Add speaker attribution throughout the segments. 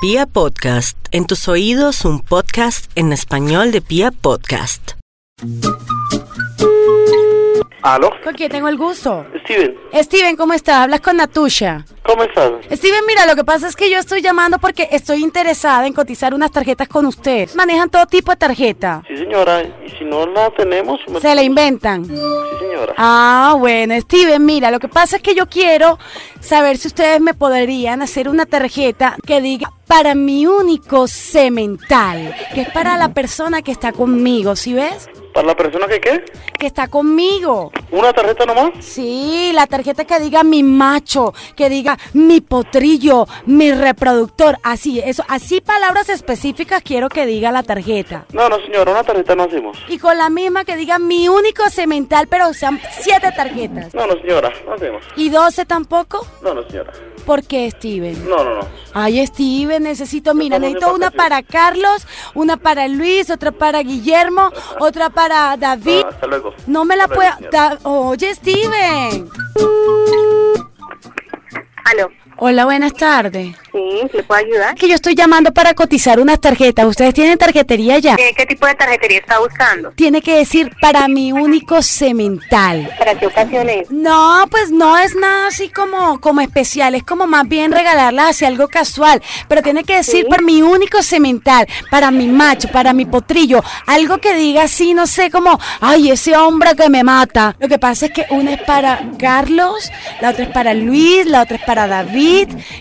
Speaker 1: Pia Podcast, en tus oídos un podcast en español de Pia Podcast.
Speaker 2: ¿Aló?
Speaker 3: ¿Con quién tengo el gusto?
Speaker 2: Steven,
Speaker 3: Steven, ¿cómo estás? Hablas con Natusha.
Speaker 2: ¿cómo estás?
Speaker 3: Steven, mira, lo que pasa es que yo estoy llamando porque estoy interesada en cotizar unas tarjetas con usted. Manejan todo tipo de tarjeta.
Speaker 2: Sí, señora. Y si no la tenemos, me-
Speaker 3: Se la inventan.
Speaker 2: sí, señora.
Speaker 3: Ah, bueno, Steven, mira, lo que pasa es que yo quiero saber si ustedes me podrían hacer una tarjeta que diga para mi único semental, que es para la persona que está conmigo, ¿sí ves?
Speaker 2: ¿Para la persona que qué?
Speaker 3: Que está conmigo.
Speaker 2: ¿Una tarjeta nomás?
Speaker 3: Sí, la tarjeta que diga mi macho, que diga mi potrillo, mi reproductor, así, eso, así palabras específicas quiero que diga la tarjeta.
Speaker 2: No, no, señora, una tarjeta no hacemos.
Speaker 3: Y con la misma que diga mi único semental, pero sean siete tarjetas.
Speaker 2: No, no, señora, no hacemos.
Speaker 3: ¿Y 12 tampoco?
Speaker 2: No, no, señora.
Speaker 3: ¿Por qué, Steven?
Speaker 2: No, no, no.
Speaker 3: Ay, Steven, necesito, mira,
Speaker 2: Estamos en
Speaker 3: necesito una
Speaker 2: vacaciones.
Speaker 3: para Carlos, una para Luis, otra para Guillermo, otra para David.
Speaker 2: Ah, hasta luego.
Speaker 3: No me la
Speaker 2: Hasta
Speaker 3: puedo...
Speaker 2: luego, señora.
Speaker 3: da- Oye, Steven.
Speaker 4: Aló.
Speaker 3: Hola, buenas tardes.
Speaker 4: Sí, ¿le puedo ayudar?
Speaker 3: que yo estoy llamando para cotizar unas tarjetas. ¿Ustedes tienen tarjetería ya?
Speaker 4: Eh, ¿Qué tipo de tarjetería está buscando?
Speaker 3: Tiene que decir para mi único semental.
Speaker 4: ¿Para qué ocasiones?
Speaker 3: No, pues no es nada así como, como especial, es como más bien regalarlas hacia algo casual, pero tiene que decir para mi único semental, para mi macho, para mi potrillo, algo que diga así, no sé, como, ay, ese hombre que me mata. Lo que pasa es que una es para Carlos, la otra es para Luis, la otra es para David,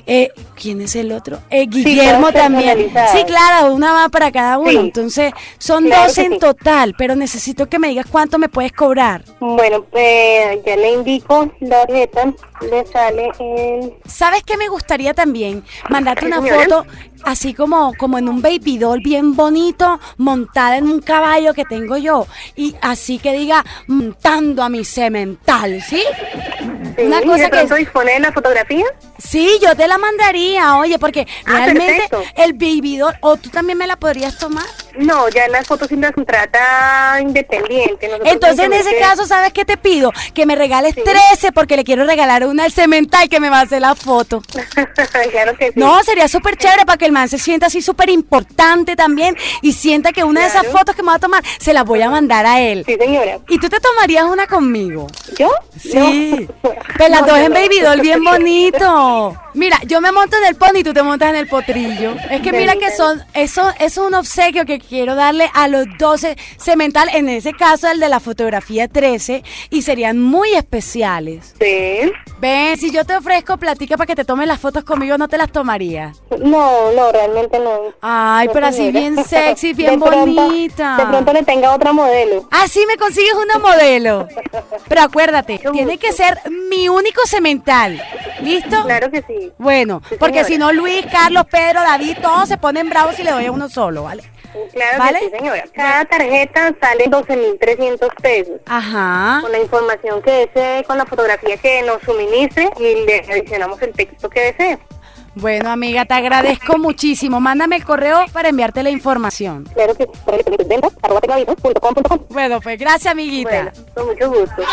Speaker 3: eh, ¿quién es el otro? Eh, Guillermo
Speaker 4: todas
Speaker 3: también.
Speaker 4: personalizadas.
Speaker 3: Sí, claro, una va para cada uno,
Speaker 4: Sí.
Speaker 3: entonces son
Speaker 4: Claro
Speaker 3: dos
Speaker 4: que
Speaker 3: en
Speaker 4: sí.
Speaker 3: total, pero necesito que me digas cuánto me puedes cobrar.
Speaker 4: Bueno, pues ya le indico la tarjeta. Le sale en...
Speaker 3: ¿Sabes qué me gustaría también? Mandarte una
Speaker 4: Señora.
Speaker 3: foto así como, como en un baby doll bien bonito, montada en un caballo que tengo yo. Y así que diga, montando a mi semental, ¿sí?
Speaker 4: Sí,
Speaker 3: Una cosa
Speaker 4: ¿De
Speaker 3: que-
Speaker 4: pronto dispone de la fotografía?
Speaker 3: Sí, yo te la mandaría, oye, porque
Speaker 4: Ah,
Speaker 3: realmente
Speaker 4: perfecto.
Speaker 3: el baby doll, o tú también me la podrías tomar.
Speaker 4: No, ya las fotos sí las trata independiente. Nosotros
Speaker 3: Entonces, en ese
Speaker 4: simplemente-
Speaker 3: caso, ¿sabes qué te pido? Que me regales
Speaker 4: Sí.
Speaker 3: 13 porque le quiero regalar una al semental que me va a hacer la foto.
Speaker 4: claro que sí.
Speaker 3: No, sería súper chévere para que el man se sienta así súper importante también y sienta que una de esas
Speaker 4: Claro.
Speaker 3: fotos que me va a tomar se las voy a mandar a él.
Speaker 4: Sí, señora.
Speaker 3: ¿Y tú te tomarías una conmigo?
Speaker 4: ¿Yo?
Speaker 3: Sí.
Speaker 4: No.
Speaker 3: Pues las
Speaker 4: No,
Speaker 3: dos
Speaker 4: no,
Speaker 3: en
Speaker 4: no.
Speaker 3: Baby Doll, bien bonito. Mira, yo me monto en el pony y tú te montas en el potrillo. Es que mira que son, eso, eso es un obsequio que quiero darle a los 12 semental, en ese caso el de la fotografía 13, y serían muy especiales.
Speaker 4: Sí.
Speaker 3: Ven, si yo te ofrezco platica para que te tomes las fotos conmigo, no te las tomarías.
Speaker 4: No, no, realmente no.
Speaker 3: Ay,
Speaker 4: No,
Speaker 3: pero así
Speaker 4: señora.
Speaker 3: bien sexy,
Speaker 4: De
Speaker 3: bien
Speaker 4: pronto-
Speaker 3: bonita.
Speaker 4: De pronto le tenga otra modelo.
Speaker 3: Así me consigues una modelo. Pero acuérdate, tiene que ser mi único semental. ¿Listo?
Speaker 4: Claro que sí.
Speaker 3: Bueno,
Speaker 4: Sí,
Speaker 3: porque si no
Speaker 4: señora.
Speaker 3: Luis, Carlos, Pedro, David, todos se ponen bravos y le doy a uno solo, ¿vale?
Speaker 4: Claro
Speaker 3: ¿Vale?
Speaker 4: que sí, señora. Cada tarjeta sale 12.300 pesos.
Speaker 3: Ajá.
Speaker 4: Con la información que desee, con la fotografía que nos suministre y le adicionamos el texto que desee.
Speaker 3: Bueno, amiga, te agradezco muchísimo. Mándame el correo para enviarte la información.
Speaker 4: Claro que sí. Arroba tecnavisos punto com punto com.
Speaker 3: Bueno, pues gracias, amiguita.
Speaker 4: Bueno, con mucho gusto.